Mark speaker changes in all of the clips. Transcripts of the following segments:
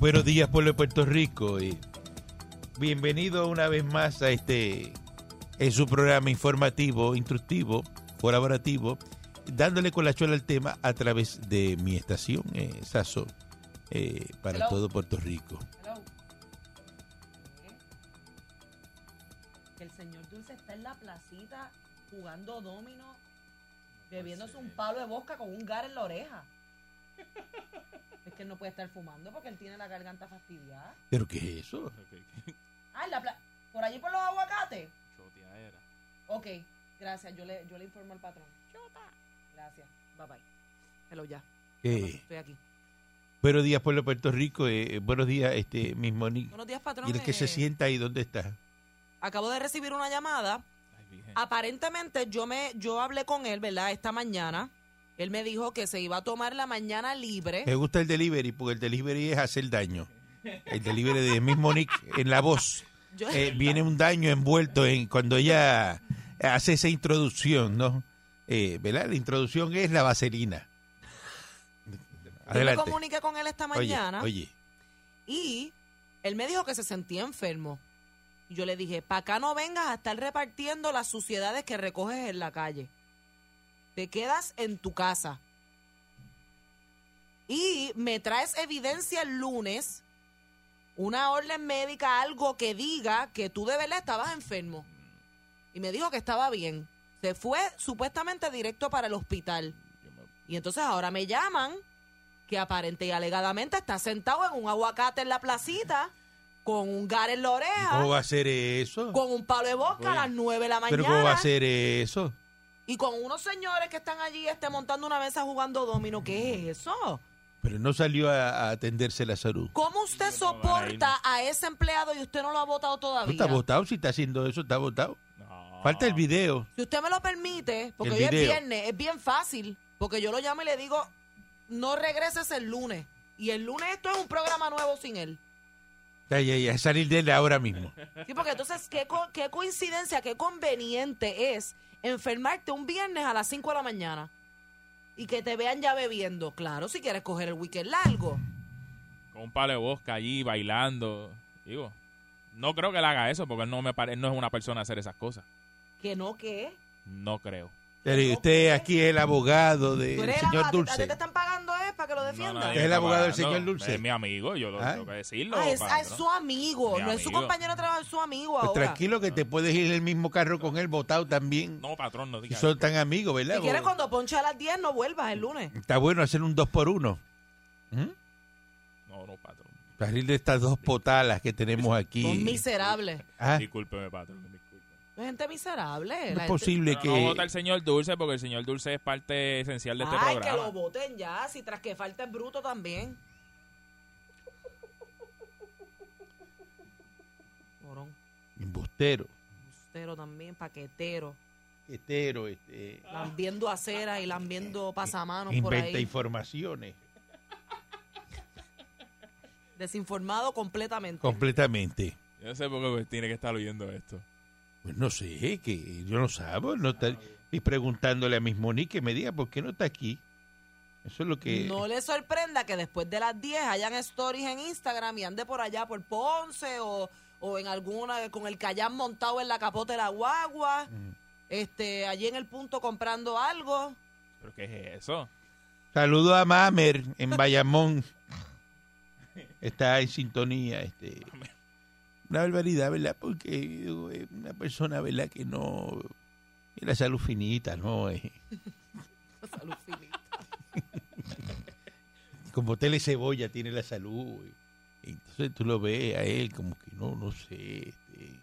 Speaker 1: Buenos días, pueblo de Puerto Rico. y bienvenido una vez más a este, es su programa informativo, instructivo, colaborativo, dándole con la chola al tema a través de mi estación, eh, Saso, eh, para
Speaker 2: Hello.
Speaker 1: todo Puerto Rico.
Speaker 2: Hello. ¿Qué? Que el señor Dulce está en la placita jugando domino, bebiéndose un palo de bosca con un gar en la oreja. es que él no puede estar fumando porque él tiene la garganta fastidiada.
Speaker 1: ¿Pero qué es eso?
Speaker 2: Ah, en la pla- por allí por los aguacates. Ok, gracias. Yo le, yo le informo al patrón. Gracias. Bye bye. Hello ya.
Speaker 1: Eh,
Speaker 2: Estoy aquí.
Speaker 1: buenos días, pueblo de Puerto Rico. eh, buenos días, este, Miss Monique.
Speaker 2: Buenos días, patrón.
Speaker 1: ¿Y el que se
Speaker 2: Eh,
Speaker 1: sienta ahí? ¿Dónde está?
Speaker 2: Acabo de recibir una llamada aparentemente yo me yo hablé con él, ¿verdad? Esta mañana. Él me dijo que se iba a tomar la mañana libre.
Speaker 1: Me gusta el delivery, porque el delivery es hacer daño. El delivery de Miss Monique en la voz.
Speaker 2: Yo-
Speaker 1: Eh, viene un daño envuelto en cuando ella hace esa introducción, ¿no? Eh, ¿Verdad? La introducción es la vaselina.
Speaker 2: yo me
Speaker 1: Adelante.
Speaker 2: comuniqué con él esta
Speaker 1: Oye,
Speaker 2: mañana
Speaker 1: oye,
Speaker 2: y él me dijo que se sentía enfermo. Y yo le dije, para acá no vengas a estar repartiendo las suciedades que recoges en la calle. Te quedas en tu casa. Y me traes evidencia el lunes, una orden médica, algo que diga que tú de verdad estabas enfermo. Y me dijo que estaba bien. Se fue supuestamente directo para el hospital. Y entonces ahora me llaman que aparente y alegadamente está sentado en un aguacate en la placita, con un gar en la oreja,
Speaker 1: ¿cómo va a ser eso?
Speaker 2: con un palo de boca a las 9 de la
Speaker 1: ¿Pero cómo va a
Speaker 2: mañana.
Speaker 1: ser eso?
Speaker 2: Y con unos señores que están allí este, montando una mesa jugando domino. ¿Qué es eso?
Speaker 1: Pero no salió a, a atenderse la salud.
Speaker 2: ¿Cómo usted soporta a ese empleado y usted no lo ha votado
Speaker 1: ¿No
Speaker 2: todavía?
Speaker 1: está votado? Si está haciendo eso, está votado. Falta el video.
Speaker 2: Si usted me lo permite, porque
Speaker 1: El
Speaker 2: hoy es
Speaker 1: video.
Speaker 2: viernes, es bien fácil, porque yo lo llamo y le digo, no regreses el lunes. Y el lunes esto es un programa nuevo sin él.
Speaker 1: Ay, ay, ay, salir de él ahora mismo.
Speaker 2: Sí, porque entonces, ¿qué, co- qué coincidencia, qué conveniente es enfermarte un viernes a las 5 de la mañana y que te vean ya bebiendo. Claro, si quieres coger el weekend largo.
Speaker 3: con un palo de bosca allí bailando. Digo, no creo que él haga eso porque él no, me pare- él no es una persona a hacer esas cosas.
Speaker 2: Que no, que
Speaker 3: No creo.
Speaker 1: Pero y usted aquí es el abogado del
Speaker 2: eres el
Speaker 1: señor
Speaker 2: abogado, a ti
Speaker 1: Dulce.
Speaker 2: te están pagando es para que lo defiendas.
Speaker 3: nadie
Speaker 1: ¿Es el
Speaker 3: está
Speaker 1: abogado del
Speaker 3: pagando.
Speaker 1: señor Dulce?
Speaker 3: Es mi amigo, yo lo
Speaker 1: Ah.
Speaker 3: tengo que decirlo.
Speaker 2: Ah, es, ah,
Speaker 3: patrón.
Speaker 2: es su amigo,
Speaker 3: Mi
Speaker 2: no es su
Speaker 3: amigo.
Speaker 2: compañero de trabajo, es su amigo
Speaker 1: Pues
Speaker 2: ahora.
Speaker 1: tranquilo que te puedes ir en el mismo carro con él, votado también.
Speaker 3: No, patrón, no
Speaker 1: Si
Speaker 3: digas.
Speaker 1: son tan amigos, ¿verdad?
Speaker 2: Si quieres,
Speaker 1: Porque
Speaker 2: cuando ponche a las 10, no vuelvas el lunes.
Speaker 1: Está bueno hacer un dos por uno. ¿Mm?
Speaker 3: No, no, patrón.
Speaker 1: Para ir de estas dos potalas que tenemos
Speaker 2: Son
Speaker 1: aquí.
Speaker 2: miserables.
Speaker 1: Ah,
Speaker 3: Discúlpeme, patrón. disculpe.
Speaker 2: Es gente miserable. la
Speaker 1: no
Speaker 2: gente-
Speaker 1: es posible
Speaker 3: Pero No
Speaker 1: que...
Speaker 3: vota el señor Dulce porque el señor Dulce es parte esencial de este
Speaker 2: Ay, que
Speaker 3: programa.
Speaker 2: lo voten ya, si tras que falta es bruto también. Morón,
Speaker 1: Embustero.
Speaker 2: bustero también, paquetero,
Speaker 1: Hetero. este,
Speaker 2: lambiendo aceras y lambiendo pasamanos por
Speaker 1: inventa
Speaker 2: ahí.
Speaker 1: informaciones.
Speaker 2: Desinformado completamente.
Speaker 1: Completamente.
Speaker 3: Yo sé por qué pues, tiene que estar oyendo esto.
Speaker 1: Pues no sé, que yo no sabo. No está... Y preguntándole a mis Monique que me diga por qué no está aquí. Eso es lo que...
Speaker 2: No le sorprenda que después de las 10 hayan stories en Instagram y ande por allá por Ponce o, o en alguna con el cayán montado en la capota de la guagua,
Speaker 3: Mm.
Speaker 2: este, allí en el punto comprando algo.
Speaker 3: ¿Pero qué es eso?
Speaker 1: Saludo a Mamer en Bayamón. Está en sintonía. Este, una barbaridad, ¿verdad? Porque digo, es una persona, ¿verdad? Que no. Es la salud finita, ¿no? Eh,
Speaker 2: Salud, Filipe.
Speaker 1: como tele cebolla tiene la salud. eh. Entonces tú lo ves a él como que no, no sé. este,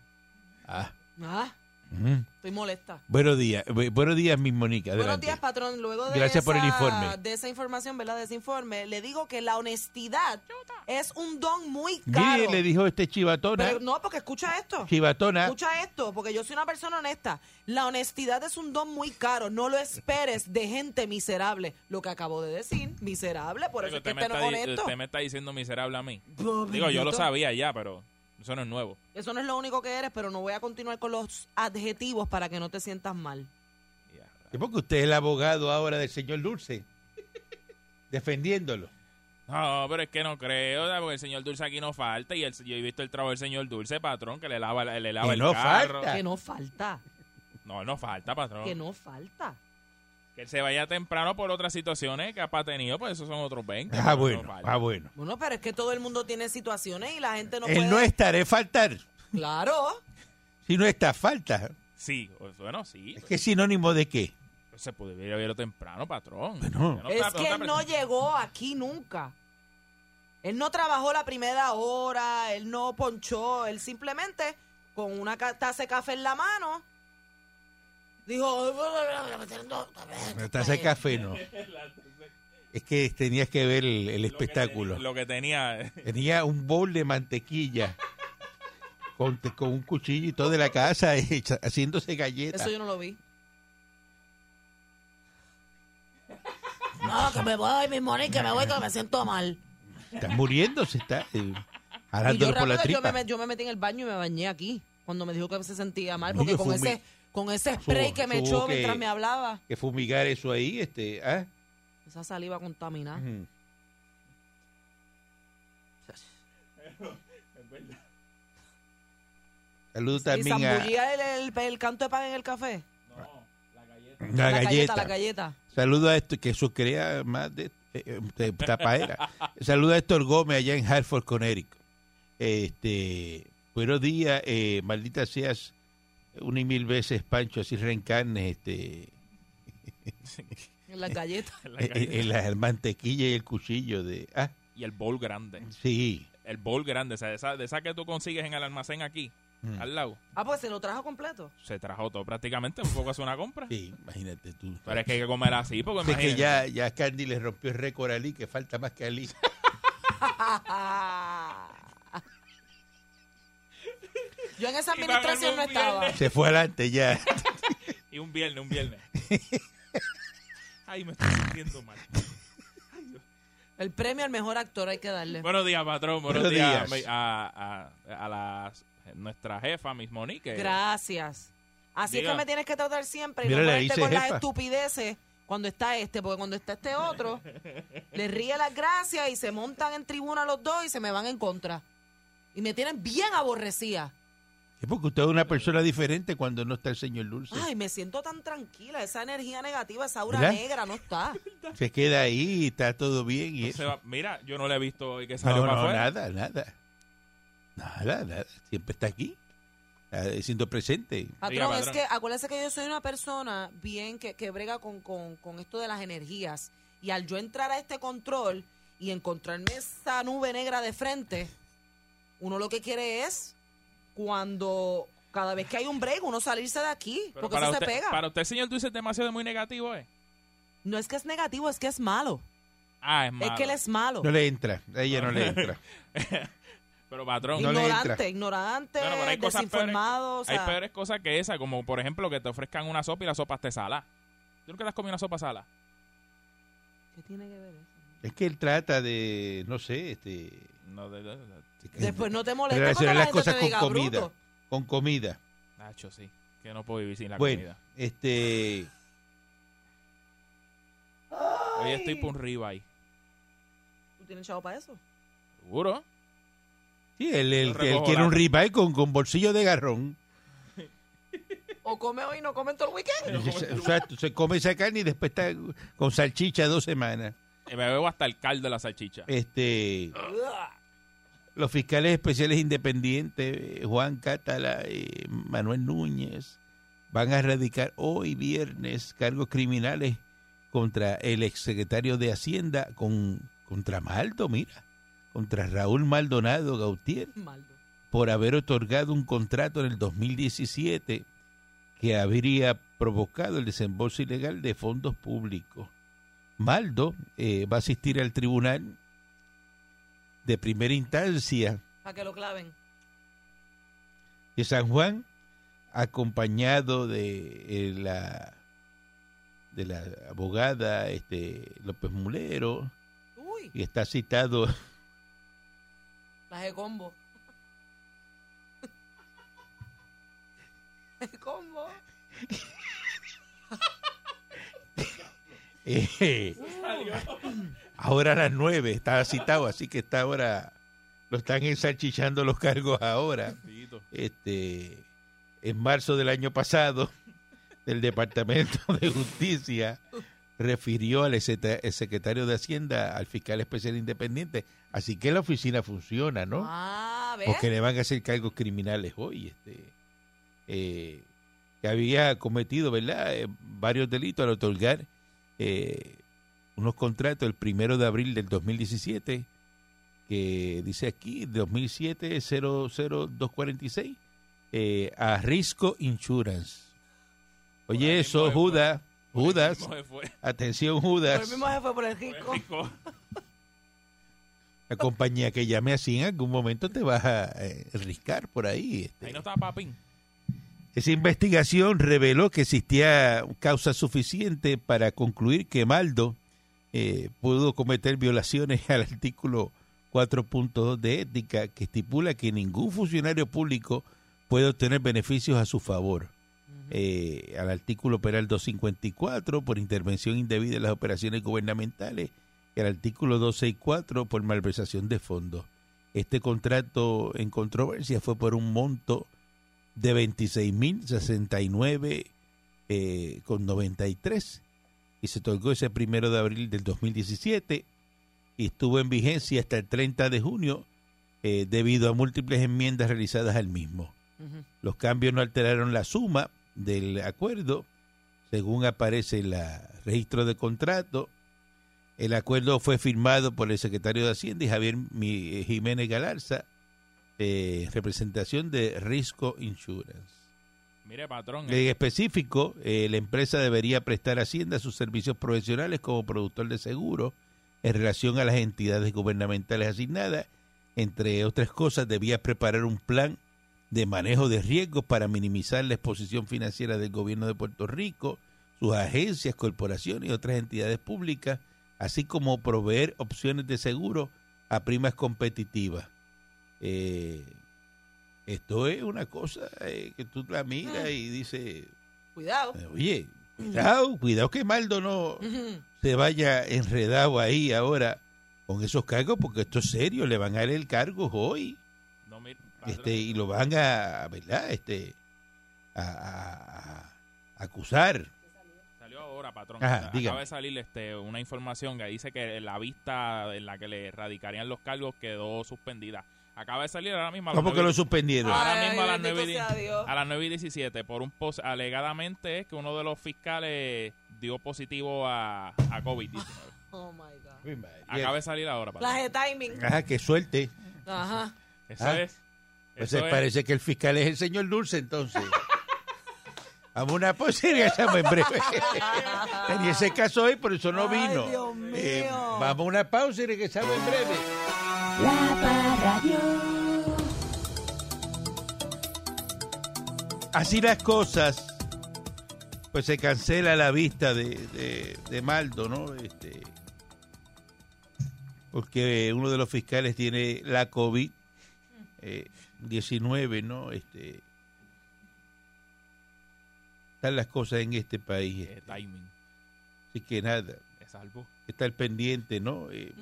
Speaker 1: ah,
Speaker 2: Ah,
Speaker 1: Ujú.
Speaker 2: Estoy molesta.
Speaker 1: Buenos días, bu- buenos días, mis Monique.
Speaker 2: Buenos
Speaker 1: Adelante.
Speaker 2: días, patrón. Luego de,
Speaker 1: Gracias
Speaker 2: esa,
Speaker 1: por el informe.
Speaker 2: de esa información, ¿verdad? De ese informe, le digo que la honestidad es un don muy caro.
Speaker 1: Mire, le dijo este chivatona.
Speaker 2: Pero no, porque escucha esto.
Speaker 1: Chivatona.
Speaker 2: Escucha esto, porque yo soy una persona honesta. La honestidad es un don muy caro. No lo esperes de gente miserable. Lo que acabo de decir, miserable, por eso
Speaker 3: Digo,
Speaker 2: es que
Speaker 3: usted, me
Speaker 2: usted no
Speaker 3: está,
Speaker 2: es
Speaker 3: di-
Speaker 2: honesto.
Speaker 3: usted me está diciendo miserable a mí.
Speaker 2: Pues,
Speaker 3: Digo, yo lo
Speaker 2: bendito.
Speaker 3: sabía ya, pero eso no es nuevo.
Speaker 2: Eso no es lo único que eres, pero no voy a continuar con los adjetivos para que no te sientas mal.
Speaker 1: Es porque usted es el abogado ahora del señor Dulce, defendiéndolo.
Speaker 3: No, pero es que no creo, ¿sabes? porque el señor Dulce aquí no falta y el- yo he visto el trabajo del señor Dulce, patrón, que le lava, la- le lava
Speaker 1: Que
Speaker 3: el
Speaker 1: no
Speaker 3: carro.
Speaker 1: falta.
Speaker 2: Que no falta,
Speaker 3: No, no falta, patrón.
Speaker 2: que no falta.
Speaker 3: Que él se vaya temprano por otras situaciones que ha tenido, pues esos son otros 20.
Speaker 1: Ah,
Speaker 3: pero no
Speaker 1: bueno,
Speaker 3: falta.
Speaker 1: ah, bueno.
Speaker 2: Bueno, pero es que todo el mundo tiene situaciones y la gente no puede.
Speaker 1: El no estar es faltar.
Speaker 2: Claro.
Speaker 1: Si no está, falta.
Speaker 3: Sí, pues, bueno, sí.
Speaker 1: Es
Speaker 3: pues,
Speaker 1: que es sinónimo de qué.
Speaker 3: se pudiera verlo temprano, patrón.
Speaker 1: Bueno.
Speaker 3: Ya no está-
Speaker 2: es que
Speaker 3: está
Speaker 2: él no
Speaker 3: presente.
Speaker 2: llegó aquí nunca. Él no trabajó la primera hora, él no ponchó, él simplemente con una ca- taza de café en la mano dijo, pues,
Speaker 1: No estás de café, no. Es que tenías que ver el, el
Speaker 3: Lo que
Speaker 1: espectáculo.
Speaker 3: tenía- Lo que tenía.
Speaker 1: Tenía un bol de mantequilla con, con un cuchillo y todo de la casa hecha- haciéndose galletas.
Speaker 2: eso yo no lo vi. No, que me voy, mi Moni, que me voy, que me siento mal.
Speaker 1: Está muriéndose, está eh,
Speaker 2: Y yo,
Speaker 1: jalándolo por la
Speaker 2: rápido, yo me,
Speaker 1: tripa.
Speaker 2: met- yo me metí en el baño y me bañé aquí cuando me dijo que se sentía mal, porque
Speaker 1: Oye,
Speaker 2: con
Speaker 1: fumi-
Speaker 2: ese, con ese spray que me
Speaker 1: tuvo
Speaker 2: echó
Speaker 1: que-
Speaker 2: mientras me hablaba,
Speaker 1: Que fumigar eso ahí, este, ¿ah?
Speaker 2: esa saliva contaminada.
Speaker 3: Mm.
Speaker 1: Ujú. Saludos
Speaker 2: ¿Y
Speaker 1: también a
Speaker 2: zambullía el, el- el canto de pan en el café?
Speaker 1: la
Speaker 2: La
Speaker 1: galleta.
Speaker 2: galleta.
Speaker 1: Saludos a esto, que eso crea más de, eh, de tapadera. Saludos a Héctor Gómez allá en Hartford, Connecticut. Este, buenos días, eh, maldita seas una y mil veces, Pancho, así reencarnes este,
Speaker 2: La galleta.
Speaker 3: la
Speaker 1: eh, eh,
Speaker 3: calle.
Speaker 1: en la mantequilla y el cuchillo de... Ah,
Speaker 3: y el bowl grande.
Speaker 1: sí.
Speaker 3: El bowl grande, o sea, de esa, de esa que tú consigues en el almacén aquí,
Speaker 1: Mm.
Speaker 3: al lado.
Speaker 2: Ah, pues se lo trajo completo.
Speaker 3: Se trajo todo prácticamente, un poco hace una compra.
Speaker 1: Sí, imagínate tú.
Speaker 3: Pero es que hay que comer así, porque
Speaker 1: Sé que
Speaker 3: imagínate.
Speaker 1: ya, ya Candy le rompió el récord a Ali, que falta más que Ali.
Speaker 2: Yo en esa
Speaker 3: Y
Speaker 2: administración no
Speaker 3: para verme un
Speaker 2: estaba.
Speaker 3: viernes.
Speaker 1: Se fue adelante ya.
Speaker 3: Y un viernes, un viernes. Ay, me estoy sintiendo mal.
Speaker 2: El premio al mejor actor hay que darle.
Speaker 3: Buenos días, patrón. Buenos,
Speaker 1: Buenos
Speaker 3: días,
Speaker 1: días.
Speaker 3: a, a- a las- nuestra jefa, Miss Monique.
Speaker 2: Gracias. Así es
Speaker 3: Diga.
Speaker 2: que me tienes que tratar siempre y
Speaker 1: Mira,
Speaker 2: no
Speaker 1: le
Speaker 2: ponerte
Speaker 1: dice
Speaker 2: con las
Speaker 1: jefa.
Speaker 2: estupideces cuando está este, porque cuando está este otro, le ríe las gracias y se montan en tribuna los dos y se me van en contra. Y me tienen bien aborrecida.
Speaker 1: Es porque usted es una persona diferente cuando no está el señor Dulce.
Speaker 2: Ay, me siento tan tranquila. Esa energía negativa, esa aura
Speaker 1: ¿Verdad?
Speaker 2: negra, no está.
Speaker 1: Se queda ahí, está todo bien y
Speaker 3: No se
Speaker 1: eso.
Speaker 3: va- mira, yo no le he visto hoy que se
Speaker 1: Ah,
Speaker 3: va
Speaker 1: no,
Speaker 3: para
Speaker 1: no,
Speaker 3: afuera.
Speaker 1: nada, nada. Nada, nada. Siempre está aquí, ah, siendo presente.
Speaker 2: Patrón, es
Speaker 3: patrón.
Speaker 2: que acuérdese que yo soy una persona bien que, que brega con, con, con esto de las energías. Y al yo entrar a este control y encontrarme esa nube negra de frente, uno lo que quiere es cuando cada vez que hay un break, uno salirse de aquí,
Speaker 3: Pero
Speaker 2: porque
Speaker 3: para
Speaker 2: eso
Speaker 3: usted,
Speaker 2: se pega.
Speaker 3: Para usted, señor Dulce, es demasiado muy negativo, ¿eh?
Speaker 2: No es que es negativo, es que es malo.
Speaker 3: Ah, es malo.
Speaker 2: Es que él es malo.
Speaker 1: No le entra, a ella no
Speaker 3: Ah.
Speaker 1: le entra.
Speaker 3: Pero, patrón,
Speaker 1: no le
Speaker 2: ignorante, ignorante,
Speaker 3: Bueno, pero hay cosas
Speaker 2: desinformado. o sea,
Speaker 3: hay peores cosas que esa, como por ejemplo que te ofrezcan una sopa y la sopa esté sala. ¿Tú nunca te has comido una sopa sala?
Speaker 2: ¿Qué tiene que ver eso?
Speaker 1: Es que él trata de, no sé, este,
Speaker 3: No, de, de- de-
Speaker 2: Después no te molesta cuando
Speaker 1: relacionar
Speaker 2: la
Speaker 1: las
Speaker 2: gente
Speaker 1: cosas
Speaker 2: te
Speaker 1: con
Speaker 2: diga
Speaker 1: comida.
Speaker 2: bruto.
Speaker 1: Con comida.
Speaker 3: Nacho, sí. Que no puedo vivir sin la
Speaker 1: bueno,
Speaker 3: comida.
Speaker 1: este,
Speaker 3: Hoy estoy por un ribeye.
Speaker 2: ¿Tú tienes chavo para eso?
Speaker 3: ¿Seguro?
Speaker 1: sí, él,
Speaker 3: Yo
Speaker 1: él, él
Speaker 3: recojo
Speaker 1: quiere
Speaker 3: la-
Speaker 1: un ribeye con, con bolsillo de garrón.
Speaker 2: ¿O come hoy y no come en todo el weekend?
Speaker 1: Exacto, se come esa carne y después está con salchicha dos semanas.
Speaker 3: Eh, Me bebo hasta el caldo de la salchicha.
Speaker 1: Este, los fiscales especiales independientes, eh, Juan Cátala, eh, Manuel Núñez, van a erradicar hoy viernes cargos criminales contra el exsecretario de Hacienda, con, contra Maldo, mira, contra Raúl Maldonado Gautier,
Speaker 2: Maldo.
Speaker 1: por haber otorgado un contrato en el 2017 que habría provocado el desembolso ilegal de fondos públicos. Maldo eh, va a asistir al tribunal de primera instancia
Speaker 2: Para que lo claven.
Speaker 1: de San Juan, acompañado de eh, la de la abogada este, López Mulero,
Speaker 2: Uy,
Speaker 1: y está citado
Speaker 2: las de combo. de combo.
Speaker 1: eh, ahora a las nueve, está citado, así que está ahora, lo están ensalchichando los cargos ahora.
Speaker 3: Tito.
Speaker 1: este, en marzo del año pasado, el Departamento de Justicia refirió al exeta- el secretario de Hacienda, al fiscal especial independiente. Así que la oficina funciona, ¿no?
Speaker 2: Ah, ¿ves?
Speaker 1: Porque le van a hacer cargos criminales hoy. Este, eh, que había cometido, ¿verdad?, Eh, varios delitos al otorgar eh, unos contratos el primero de abril del 2017, que dice aquí, 2007-00246, eh, a Risco Insurance.
Speaker 3: Por ahí
Speaker 1: Oye, eso,
Speaker 3: mismo fue.
Speaker 1: Judas, Judas,
Speaker 3: Por ahí mismo se
Speaker 1: atención,
Speaker 2: Por el
Speaker 1: Judas,
Speaker 2: mismo jefe por el
Speaker 3: fue.
Speaker 2: rico.
Speaker 3: Rico.
Speaker 1: la compañía que llame así en algún momento te vas a eh, riscar por ahí. este.
Speaker 3: Ahí no estaba Papín.
Speaker 1: Esa investigación reveló que existía causa suficiente para concluir que Maldo eh, pudo cometer violaciones al artículo 4.2 de ética que estipula que ningún funcionario público puede obtener beneficios a su favor. Eh, al artículo penal 254 por intervención indebida en las operaciones gubernamentales y al artículo 264 por malversación de fondos. Este contrato en controversia fue por un monto de 26.069 eh, con 93 y se otorgó ese primero de abril del 2017 y estuvo en vigencia hasta el 30 de junio eh, debido a múltiples enmiendas realizadas al mismo.
Speaker 2: Ujú.
Speaker 1: Los cambios no alteraron la suma del acuerdo, según aparece en el registro de contrato. El acuerdo fue firmado por el secretario de Hacienda y Javier Mi- eh, Jiménez Galarza, eh, representación de Risco Insurance.
Speaker 3: Mire, patrón. eh,
Speaker 1: En específico, eh, la empresa debería prestar a Hacienda sus servicios profesionales como productor de seguro en relación a las entidades gubernamentales asignadas. Entre otras cosas, debía preparar un plan de manejo de riesgos para minimizar la exposición financiera del gobierno de Puerto Rico, sus agencias, corporaciones y otras entidades públicas, así como proveer opciones de seguro a primas competitivas. Eh, esto es una cosa eh, que tú la miras y dices,
Speaker 2: Cuidado.
Speaker 1: eh, Oye, cuidado, cuidado que Maldo no
Speaker 2: Ujú.
Speaker 1: se vaya enredado ahí ahora con esos cargos, porque esto es serio, le van a dar el cargo hoy
Speaker 3: no, mire, patrón.
Speaker 1: este, y lo van a, ¿verdad? Este, a, a- a- a acusar.
Speaker 3: Salió ahora, patrón.
Speaker 1: Ajá, dígame.
Speaker 3: Acaba de salir este, una información que dice que la vista en la que le radicarían los cargos quedó suspendida. Acaba de salir ahora mismo. a las
Speaker 1: No porque
Speaker 3: nueve
Speaker 1: lo
Speaker 3: y-
Speaker 1: suspendieron.
Speaker 3: Ah. Ahora
Speaker 2: Ay,
Speaker 3: mismo a las
Speaker 2: bendito
Speaker 3: nueve y
Speaker 2: sea Dios.
Speaker 3: a las 9 y 17 por un post. Alegadamente es que uno de los fiscales dio positivo a, a COVID-19.
Speaker 2: Oh my God.
Speaker 1: Ay, madre.
Speaker 3: Acaba de salir ahora, patrón.
Speaker 2: Las de timing.
Speaker 1: Ajá, qué suerte.
Speaker 2: Ajá.
Speaker 3: Eso
Speaker 1: Ah.
Speaker 3: es.
Speaker 1: Pues
Speaker 3: eso
Speaker 1: se
Speaker 3: es.
Speaker 1: parece que el fiscal es el señor Dulce, entonces. Vamos a una pausa y regresamos en breve. Tenía ese caso hoy, por eso no
Speaker 2: Ay,
Speaker 1: vino. Eh,
Speaker 2: Dios mío.
Speaker 1: vamos a una pausa y regresamos en breve.
Speaker 4: La Parradio.
Speaker 1: Así las cosas, pues se cancela la vista de, de, de Maldo, ¿no? Este, porque uno de los fiscales tiene la COVID-19, ¿no? Este, están las cosas en este país.
Speaker 3: Qué
Speaker 1: este.
Speaker 3: timing.
Speaker 1: Así que nada,
Speaker 3: Es algo.
Speaker 1: estar pendiente, ¿no? Eh,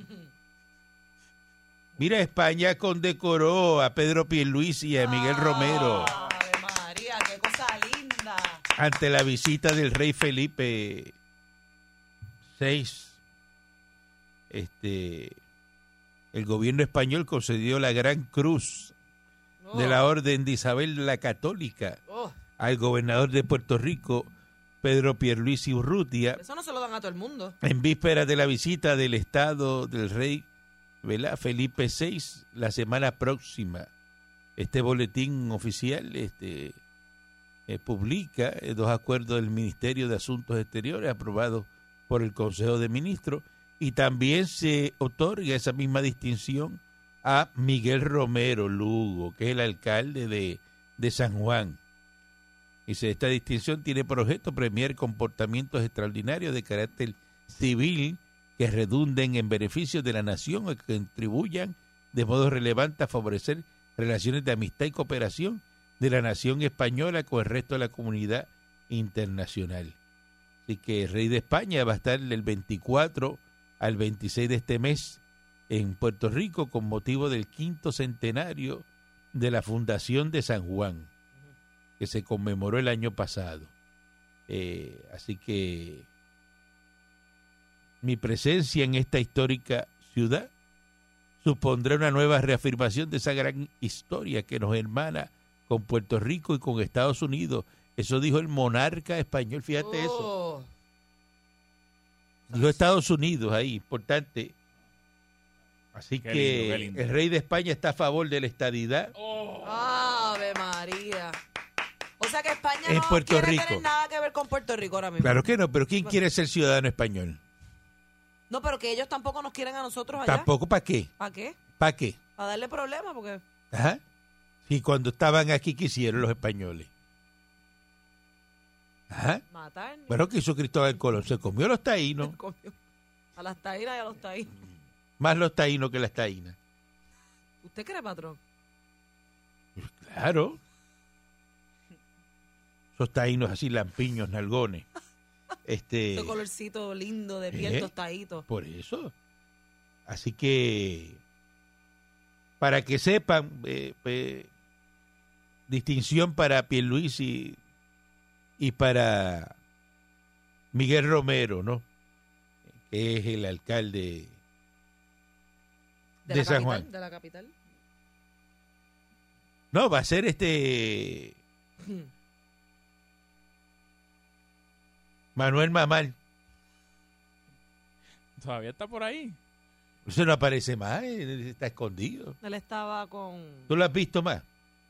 Speaker 1: mira, España condecoró a Pedro Pierluisi y a Miguel Romero
Speaker 2: Ave María, qué cosa linda.
Speaker 1: ante la visita del rey Felipe VI. Este, el gobierno español concedió la Gran Cruz
Speaker 2: Oh,
Speaker 1: de la Orden de Isabel la Católica
Speaker 2: oh,
Speaker 1: al gobernador de Puerto Rico, Pedro Pierluisi Urrutia,
Speaker 2: Eso no se lo dan a todo el mundo.
Speaker 1: En vísperas de la visita del Estado del Rey ¿verdad? Felipe VI la semana próxima. Este boletín oficial este, eh, publica eh, dos acuerdos del Ministerio de Asuntos Exteriores aprobados por el Consejo de Ministros y también se otorga esa misma distinción a Miguel Romero Lugo, que es el alcalde de, de San Juan. Dice, esta distinción tiene por objeto premiar comportamientos extraordinarios de carácter civil que redunden en beneficios de la nación o que contribuyan de modo relevante a favorecer relaciones de amistad y cooperación de la nación española con el resto de la comunidad internacional. Así que el rey de España va a estar del 24 al 26 de este mes en Puerto Rico con motivo del quinto centenario de la fundación de San Juan, que se conmemoró el año pasado. Eh, así que mi presencia en esta histórica ciudad supondrá una nueva reafirmación de esa gran historia que nos hermana con Puerto Rico y con Estados Unidos. Eso dijo el monarca español, fíjate eso.
Speaker 2: Oh,
Speaker 1: Dijo Estados Unidos ahí, importante. Así
Speaker 3: Qué
Speaker 1: que
Speaker 3: lindo, qué lindo.
Speaker 1: el rey de España está a favor de la estadidad.
Speaker 2: Ave María. O sea que España
Speaker 1: En
Speaker 2: no
Speaker 1: Puerto
Speaker 2: quiere
Speaker 1: Rico.
Speaker 2: tener nada que ver con Puerto Rico ahora mismo.
Speaker 1: Claro que no, pero ¿quién quiere ser ciudadano español?
Speaker 2: No, pero que ellos tampoco nos quieren a nosotros allá.
Speaker 1: Tampoco, ¿para qué?
Speaker 2: ¿Para qué?
Speaker 1: ¿Para qué?
Speaker 2: Para darle problemas, porque
Speaker 1: Ajá. Si cuando estaban aquí, quisieron los españoles? Ajá.
Speaker 2: matar. ni-
Speaker 1: Bueno, ¿qué hizo Cristóbal Colón? Se comió los taínos,
Speaker 2: comió. A las taínas y a los taínos.
Speaker 1: más los taínos que las taínas.
Speaker 2: ¿Usted cree, patrón?
Speaker 1: Claro. Esos taínos así, lampiños, nalgones. Este,
Speaker 2: Ese colorcito lindo de piel
Speaker 1: ¿Eh?
Speaker 2: tostadito.
Speaker 1: por eso. Así que, para que sepan, eh, eh, distinción para Pierluisi y para Miguel Romero, ¿no? Que es el alcalde de,
Speaker 2: la
Speaker 1: San
Speaker 2: capital,
Speaker 1: Juan.
Speaker 2: De la capital.
Speaker 1: No, va a ser este Manuel Mamal.
Speaker 3: Todavía está por ahí.
Speaker 1: Eso no aparece más, eh, está escondido.
Speaker 2: Él estaba con,
Speaker 1: ¿Tú lo has visto más?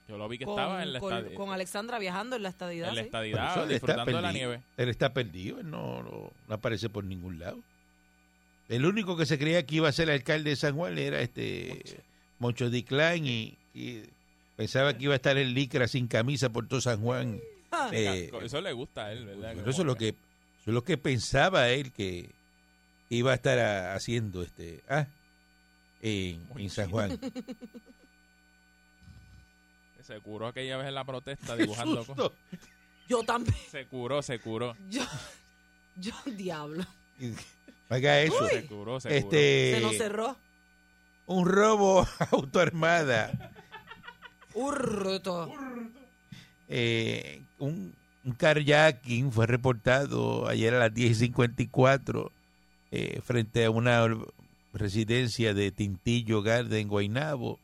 Speaker 3: Yo lo vi que
Speaker 2: con,
Speaker 3: estaba en la,
Speaker 2: con-
Speaker 3: estadi-
Speaker 2: con Alexandra viajando en la estadidad. sí.
Speaker 3: en la
Speaker 1: Por eso
Speaker 3: estadidad,
Speaker 1: él
Speaker 3: disfrutando de la nieve.
Speaker 1: Él está perdido, él no, no- no aparece por ningún lado. El único que se creía que iba a ser el alcalde de San Juan era este Moncho Diclán y, y pensaba que iba a estar en licra sin camisa por todo San Juan.
Speaker 2: Ah.
Speaker 1: Eh,
Speaker 3: eso le gusta a él, ¿verdad?
Speaker 1: Bueno, eso es lo que eso es lo que pensaba él que iba a estar ah, haciendo este ah, en, en San Juan.
Speaker 3: Se curó aquella vez en la protesta
Speaker 1: ¡Qué
Speaker 3: dibujando cosas.
Speaker 1: susto!
Speaker 2: Yo también.
Speaker 3: Se curó, se curó.
Speaker 2: Yo, yo diablo.
Speaker 1: Haga eso.
Speaker 3: Se curó, se curó.
Speaker 2: Se nos
Speaker 1: Este
Speaker 2: cerró.
Speaker 1: un robo a autoarmada,
Speaker 2: Urruto.
Speaker 1: eh, un, un carjacking fue reportado ayer a las 10:54 eh, frente a una or- residencia de Tintillo Garden en Guaynabo.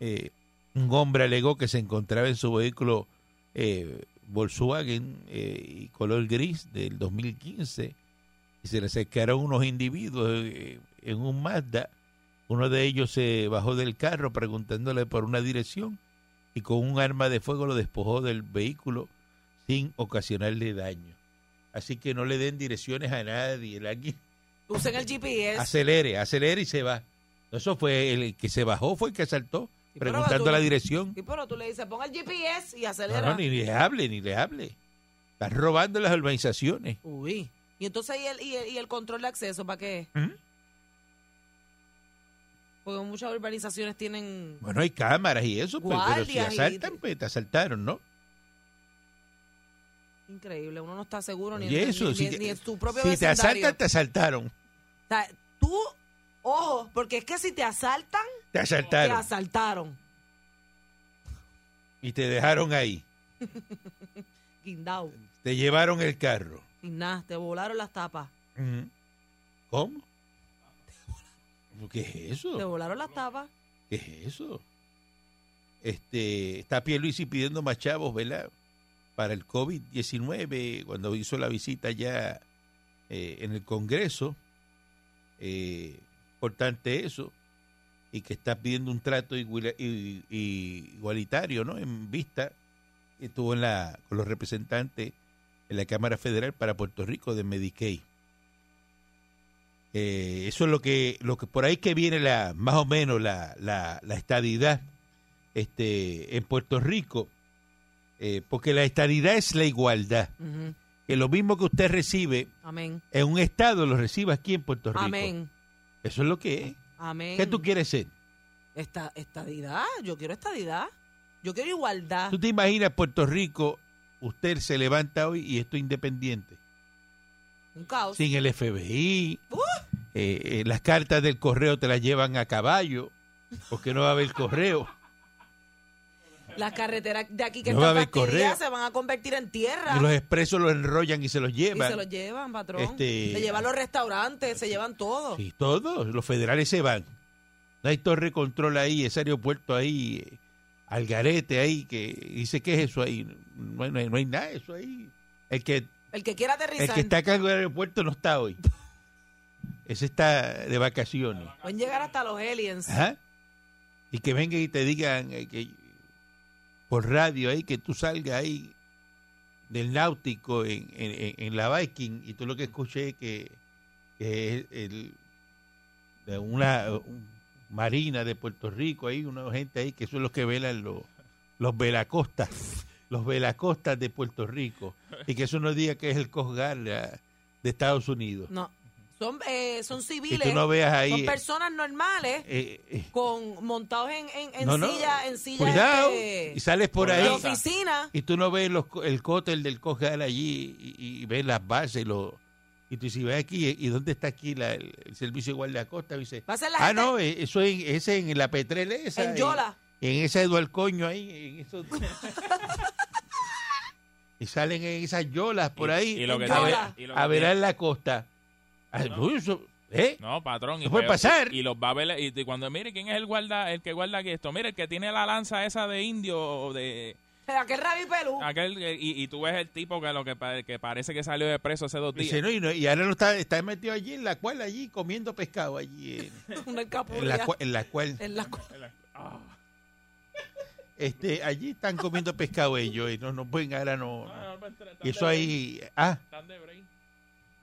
Speaker 1: Eh, un hombre alegó que se encontraba en su vehículo eh, Volkswagen eh, y color gris del 2015 y se le acercaron unos individuos eh, en un Mazda. Uno de ellos se bajó del carro preguntándole por una dirección y con un arma de fuego lo despojó del vehículo sin ocasionarle daño. Así que no le den direcciones a nadie. Aquí
Speaker 2: Usen el GPS.
Speaker 1: acelere, acelere y se va. Eso fue el que se bajó, fue el que asaltó,
Speaker 2: Sí, pero
Speaker 1: preguntando
Speaker 2: tú-
Speaker 1: la dirección.
Speaker 2: Y pero tú le dices, ponga el GPS y
Speaker 1: No,
Speaker 2: acelera.
Speaker 1: no, ni le hable, ni le hable. Están robando las urbanizaciones.
Speaker 2: Uy. Y entonces, ¿y el, y, el, y el control de acceso para qué? es?
Speaker 1: ¿Mm?
Speaker 2: Porque muchas urbanizaciones tienen...
Speaker 1: Bueno, hay cámaras y eso, pues, pero si
Speaker 2: Guardias y-
Speaker 1: asaltan, pues te asaltaron, ¿no?
Speaker 2: Increíble, uno no está seguro ni,
Speaker 1: Y
Speaker 2: en-
Speaker 1: eso,
Speaker 2: ni-
Speaker 1: si,
Speaker 2: ni-
Speaker 1: te-
Speaker 2: ni en tu propio
Speaker 1: si te
Speaker 2: vecindario.
Speaker 1: asaltan, te asaltaron.
Speaker 2: O sea, tú, ojo, porque es que si te asaltan,
Speaker 1: Te
Speaker 2: te
Speaker 1: asaltaron
Speaker 2: asaltaron.
Speaker 1: y te dejaron ahí.
Speaker 2: Guindao,
Speaker 1: Te llevaron el carro.
Speaker 2: sin nada, te volaron las tapas.
Speaker 1: Ujú. ¿Cómo? ¿Qué es
Speaker 2: Te
Speaker 1: eso?
Speaker 2: volaron las tapas.
Speaker 1: ¿Qué es eso? Este, está Pierluisi pidiendo más chavos, ¿verdad? Para el COVID-19, cuando hizo la visita ya eh, en el Congreso. Eh, importante eso. Y que está pidiendo un trato igua- i- i- igualitario, ¿no? En vista estuvo en la, con los representantes en la Cámara Federal para Puerto Rico de Medicaid. Eh, eso es lo que, lo que por ahí que viene la, más o menos la, la, la estadidad este, en Puerto Rico, Eh, porque la estadidad es la igualdad,
Speaker 2: Ujú.
Speaker 1: que lo mismo que usted recibe
Speaker 2: Amén.
Speaker 1: en un estado lo recibe aquí en Puerto Rico.
Speaker 2: Amén.
Speaker 1: Eso es lo que es.
Speaker 2: Amén.
Speaker 1: ¿Qué tú quieres ser?
Speaker 2: Esta, estadidad. Yo quiero estadidad. Yo quiero igualdad.
Speaker 1: ¿Tú te imaginas Puerto Rico, usted se levanta hoy y esto independiente?
Speaker 2: Un caos.
Speaker 1: Sin el FBI,
Speaker 2: Oh, Uh.
Speaker 1: eh, eh, las cartas del correo te las llevan a caballo, porque no va a haber correo.
Speaker 2: Las carreteras de aquí que
Speaker 1: No va a
Speaker 2: están
Speaker 1: haber
Speaker 2: fastidiadas
Speaker 1: correo.
Speaker 2: se van a convertir en tierra.
Speaker 1: Y los expresos los enrollan y se los
Speaker 2: Y
Speaker 1: llevan.
Speaker 2: se los llevan, patrón.
Speaker 1: Este-
Speaker 2: Se llevan los restaurantes, se llevan todo.
Speaker 1: Sí, todos, los federales se van. No hay torre de control ahí, ese aeropuerto ahí, eh, Algarete ahí, que dice que es eso ahí. No hay, no hay- no hay nada de eso ahí. El que,
Speaker 2: El que quiera
Speaker 1: el
Speaker 2: aterrizar,
Speaker 1: que está a cargo del aeropuerto no está hoy. Ese está de vacaciones.
Speaker 2: pueden llegar hasta los aliens.
Speaker 1: Ajá. Y que vengan y te digan eh, que por radio ahí, que tú salgas ahí del náutico en, en- en- en la Viking y tú lo que escuché es que, que es el- de una eh, un- marina de Puerto Rico, ahí una gente ahí que son los que velan los, los velacostas, los velacostas de Puerto Rico y que eso no diga que es el Coast Guard, eh, de Estados Unidos.
Speaker 2: No. Son, eh, son
Speaker 1: Y
Speaker 2: civiles.
Speaker 1: tú no veas ahí...
Speaker 2: son personas normales
Speaker 1: eh, eh,
Speaker 2: con montados en, en, en
Speaker 1: No, no.
Speaker 2: silla, en silla
Speaker 1: Cuidado.
Speaker 2: este,
Speaker 1: Y sales por
Speaker 3: de
Speaker 2: de
Speaker 1: ahí
Speaker 3: Lanza.
Speaker 2: oficina.
Speaker 1: y tú no ves los, co- el cóctel del Cojal allí y, y ves las bases y, lo, y tú dices, ve aquí, ¿y dónde está aquí la- el, el servicio de guardacosta? Y dice,
Speaker 2: Va a ser la
Speaker 1: ah,
Speaker 2: gente
Speaker 1: no, eh, eso es, es en la Petrel esa.
Speaker 2: en
Speaker 1: eh,
Speaker 2: Yola.
Speaker 1: En, esa Eduardo Coño ahí. En eso, y salen en esas yolas por
Speaker 3: Y-
Speaker 1: ahí
Speaker 3: y lo que
Speaker 1: a,
Speaker 2: tiene-
Speaker 1: ver-
Speaker 3: y lo que
Speaker 1: a ver
Speaker 3: tiene-
Speaker 1: en la costa. Ah, uy, eso- ¿eh?
Speaker 3: No, patrón.
Speaker 1: No puede
Speaker 3: peor-
Speaker 1: pasar.
Speaker 3: Y los va a ver- y, y cuando mire quién es el guarda, el que guarda aquí esto. Mire, el que tiene la lanza esa de indio o de
Speaker 2: Aquel Rabi Pelú.
Speaker 3: aquel que- y, y tú ves el tipo que lo que, pa- que parece que salió de preso hace dos
Speaker 1: Y, dice,
Speaker 3: días.
Speaker 1: no, y, no, y ahora lo está, está metido allí en la cual, allí comiendo pescado, allí eh". en-
Speaker 2: Una
Speaker 1: en la
Speaker 2: escapulia.
Speaker 1: cua- en la cual.
Speaker 2: En la cua-
Speaker 1: Este, allí están comiendo pescado ellos y no, no pueden ahora no. no. Y eso ahí, ah,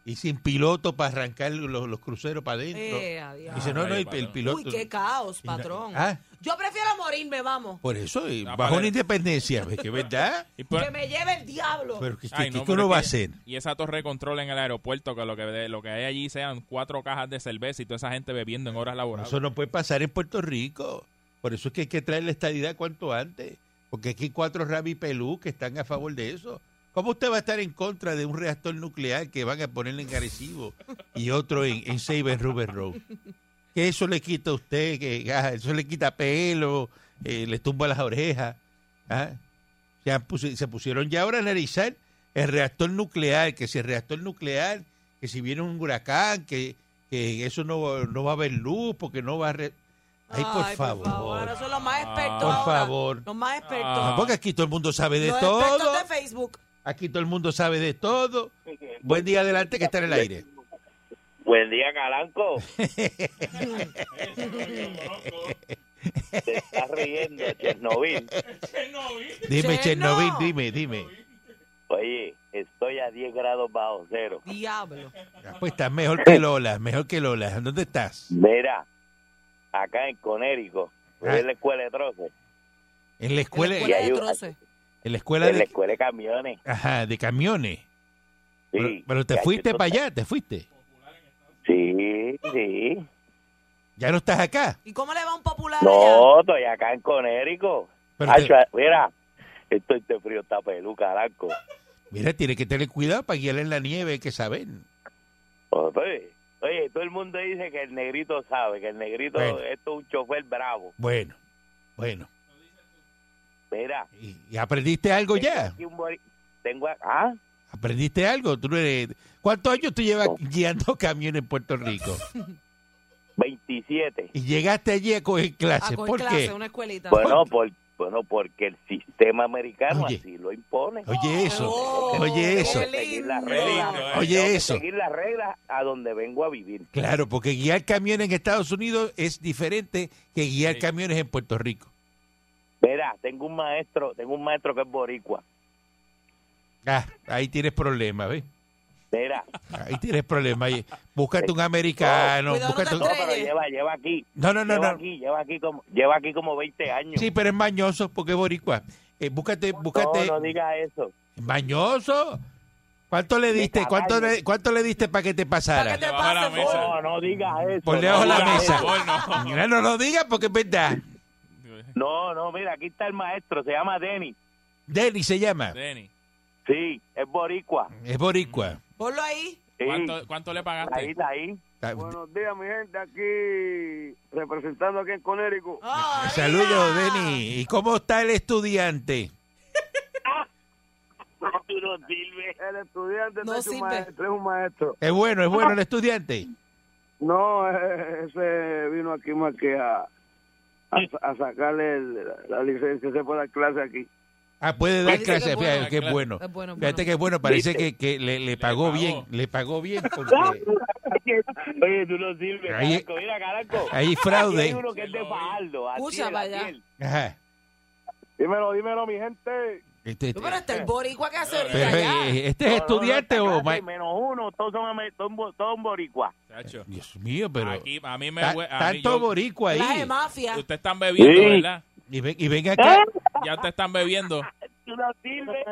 Speaker 1: y sin piloto para arrancar los, los cruceros para adentro.
Speaker 2: Eh, adiós.
Speaker 1: Dice, no, no, el, el
Speaker 3: Uy,
Speaker 1: piloto.
Speaker 2: Uy, qué caos,
Speaker 1: y no-
Speaker 2: patrón.
Speaker 1: Ah,
Speaker 2: Yo prefiero morirme, vamos.
Speaker 1: por eso, y
Speaker 3: Ah,
Speaker 1: bajo
Speaker 3: vale.
Speaker 1: la independencia, ¿ves que verdad?
Speaker 3: Y por-
Speaker 2: que me lleve el diablo.
Speaker 1: Pero ¿qué, qué-
Speaker 3: Ay,
Speaker 1: qué
Speaker 3: no, pero
Speaker 1: uno
Speaker 3: es
Speaker 1: va a
Speaker 3: que-
Speaker 1: hacer?
Speaker 3: Y esa torre de control en el aeropuerto, que lo que, de- lo que hay allí sean cuatro cajas de cerveza y toda esa gente bebiendo en horas laborales.
Speaker 1: Eso no puede pasar en Puerto Rico. Por eso es que hay que traer la estadidad cuanto antes. Porque aquí hay cuatro rabi pelú que están a favor de eso. ¿Cómo usted va a estar en contra de un reactor nuclear que van a ponerle en Arecibo y otro en, en Saber Rubber Road? Que eso le quita a usted, que ah, eso le quita pelo, eh, le tumba las orejas. ¿ah? Se, han pusi- se pusieron ya ahora a analizar el reactor nuclear, que si el reactor nuclear, que si viene un huracán, que, que eso no, va- no va a haber luz porque no va a... re- Ay, por favor. Ah.
Speaker 2: Ahora son los más expertos.
Speaker 3: Por
Speaker 2: ahora.
Speaker 1: favor.
Speaker 2: Los más expertos.
Speaker 3: Ah,
Speaker 1: No, porque aquí todo el mundo sabe de
Speaker 2: los
Speaker 1: todo.
Speaker 2: expertos de Facebook.
Speaker 1: Aquí todo el mundo sabe de todo. Buen día adelante que está en el aire.
Speaker 5: Buen día, Calanco. Te estás riendo, Chernobyl.
Speaker 1: Dime,
Speaker 2: Cherno.
Speaker 1: Chernobyl, dime, dime.
Speaker 5: Oye, estoy a 10 grados bajo cero.
Speaker 2: Diablo.
Speaker 1: Ah, Pues estás mejor que Lola, mejor que Lola. ¿Dónde estás?
Speaker 5: Mira, acá en Conérico,
Speaker 1: Ah.
Speaker 5: en la escuela de troce,
Speaker 1: En la escuela,
Speaker 2: En la
Speaker 5: Y hay
Speaker 2: escuela de
Speaker 5: un-
Speaker 2: troce.
Speaker 1: en la escuela
Speaker 5: en la
Speaker 1: de,
Speaker 5: escuela de camiones.
Speaker 1: ajá, de camiones. Pero,
Speaker 5: Sí,
Speaker 1: pero te
Speaker 5: Ya
Speaker 1: fuiste
Speaker 5: tú
Speaker 1: para
Speaker 5: estás-
Speaker 1: allá, te fuiste.
Speaker 5: Sí, sí.
Speaker 1: Ya no estás acá.
Speaker 2: ¿Y cómo le va a un popular allá?
Speaker 5: No, estoy acá en Conérico.
Speaker 1: Pero
Speaker 5: Ay,
Speaker 1: te-
Speaker 5: chua- Mira, estoy de frío esta peluca, Calanco.
Speaker 1: Mira, tienes que tener cuidado para guiar en la nieve, hay que saben.
Speaker 5: Oye, Oh, oye, todo el mundo dice que el negrito sabe, que el negrito,
Speaker 1: Bueno.
Speaker 5: esto es un chofer bravo.
Speaker 1: Bueno, bueno.
Speaker 5: Mira,
Speaker 1: ¿Y, y aprendiste algo ya?
Speaker 5: aquí un bori- tengo, a- ah,
Speaker 1: ¿Aprendiste algo? ¿Tú no eres- ¿Cuántos años tú llevas guiando camión en Puerto Rico?
Speaker 5: 27.
Speaker 1: Y llegaste allí a coger clases.
Speaker 2: A
Speaker 1: ¿Por
Speaker 2: coger clase,
Speaker 1: qué?
Speaker 2: una escuelita.
Speaker 5: Bueno, por, bueno, porque el sistema americano
Speaker 1: Oye.
Speaker 5: así lo impone.
Speaker 1: Oye eso,
Speaker 2: Oh,
Speaker 1: oye eso.
Speaker 2: qué
Speaker 5: Seguir las
Speaker 2: lindo.
Speaker 5: reglas.
Speaker 3: Lindo, eh.
Speaker 1: Oye,
Speaker 5: Tengo que
Speaker 1: eso.
Speaker 5: Seguir las reglas a donde vengo a vivir.
Speaker 1: Claro, porque guiar camiones en Estados Unidos es diferente que guiar
Speaker 3: Sí.
Speaker 1: camiones en Puerto Rico.
Speaker 5: Verá, tengo un maestro, tengo un maestro que es boricua.
Speaker 1: Ah, ahí tienes problemas, ¿ves?
Speaker 5: Verá,
Speaker 1: Ahí tienes problemas. ahí. Búscate un americano.
Speaker 2: Cuidado, no
Speaker 1: búscate
Speaker 2: te
Speaker 1: un-
Speaker 5: no, pero
Speaker 2: Estrella.
Speaker 5: lleva, lleva aquí.
Speaker 1: No, no, no,
Speaker 5: lleva
Speaker 1: no.
Speaker 5: Aquí, lleva, aquí como, lleva aquí como 20 años.
Speaker 1: Sí, pero es mañoso porque es boricua. Eh, búscate,
Speaker 5: no,
Speaker 1: búscate.
Speaker 5: no digas eso.
Speaker 1: Mañoso. ¿Cuánto le diste?
Speaker 5: cagaste.
Speaker 1: ¿Cuánto le, cuánto le diste para que te pasara?
Speaker 2: ¿Para qué te
Speaker 3: Debajo de la
Speaker 2: pasa,
Speaker 3: mesa.
Speaker 2: Ford?
Speaker 5: No, no digas eso.
Speaker 1: Por
Speaker 5: no
Speaker 1: debajo de la
Speaker 5: digas
Speaker 1: mesa.
Speaker 5: eso.
Speaker 3: Por no.
Speaker 1: Mira, no lo digas porque es verdad.
Speaker 5: No, no, mira, aquí está el maestro, se llama Denny.
Speaker 1: Denny se llama.
Speaker 3: Denny,
Speaker 5: Sí, es boricua.
Speaker 1: Es boricua.
Speaker 2: Ponlo ahí.
Speaker 5: Sí,
Speaker 3: ¿cuánto, cuánto le
Speaker 5: ahí
Speaker 3: pagaste?
Speaker 5: está ahí.
Speaker 1: Ta-
Speaker 6: Buenos días, mi gente, aquí representando aquí en Conérico.
Speaker 2: ¡Ah,
Speaker 1: Saludos,
Speaker 2: mira!
Speaker 1: Denny. ¿Y cómo está el estudiante?
Speaker 5: Tú no sirves.
Speaker 6: El estudiante
Speaker 2: No
Speaker 6: no es
Speaker 2: sirve.
Speaker 6: un maestro, es un maestro.
Speaker 1: Es bueno, es bueno el estudiante.
Speaker 6: No, eh, ese vino aquí más que a, a, a sacarle el- la licencia, se puede dar clase aquí.
Speaker 1: Ah, puede dar
Speaker 2: Parece que
Speaker 1: clases.
Speaker 2: es bueno.
Speaker 1: Fíjate que es bueno.
Speaker 2: Es bueno, es
Speaker 1: Fíjate
Speaker 2: bueno.
Speaker 1: que es bueno. Parece que, que le, le pagó
Speaker 3: pagó.
Speaker 1: bien. Le pagó bien porque
Speaker 5: Oye, tú no sirves.
Speaker 1: Ahí-
Speaker 5: Caranco, mira, Caranco.
Speaker 1: hay
Speaker 5: Aquí hay
Speaker 1: fraude.
Speaker 5: uno que es de Fajardo. Atiel,
Speaker 2: Escucha, vaya.
Speaker 5: Atiel.
Speaker 1: Ajá.
Speaker 6: Dímelo, dímelo, mi gente.
Speaker 1: Este, este-
Speaker 2: No, pero está el boricua que hace ahorita
Speaker 1: pero,
Speaker 2: allá.
Speaker 1: eh, ¿este es
Speaker 5: No, no, no,
Speaker 1: estudiante
Speaker 5: esta
Speaker 1: o
Speaker 5: clase,
Speaker 1: ma-
Speaker 5: Menos uno, todos son, ame- son bo- todos boricua.
Speaker 3: Chacho,
Speaker 1: Dios mío, pero
Speaker 3: aquí, a mí me
Speaker 1: ta-
Speaker 3: hue- a mí
Speaker 1: tanto
Speaker 3: yo-
Speaker 1: boricua ahí.
Speaker 2: Clase de mafia.
Speaker 3: Ustedes están bebiendo,
Speaker 5: Sí.
Speaker 3: ¿verdad?
Speaker 1: Y, ven, y ven
Speaker 2: ¿Eh?
Speaker 1: acá.
Speaker 3: Ya ustedes están bebiendo.
Speaker 5: Tú no sirves.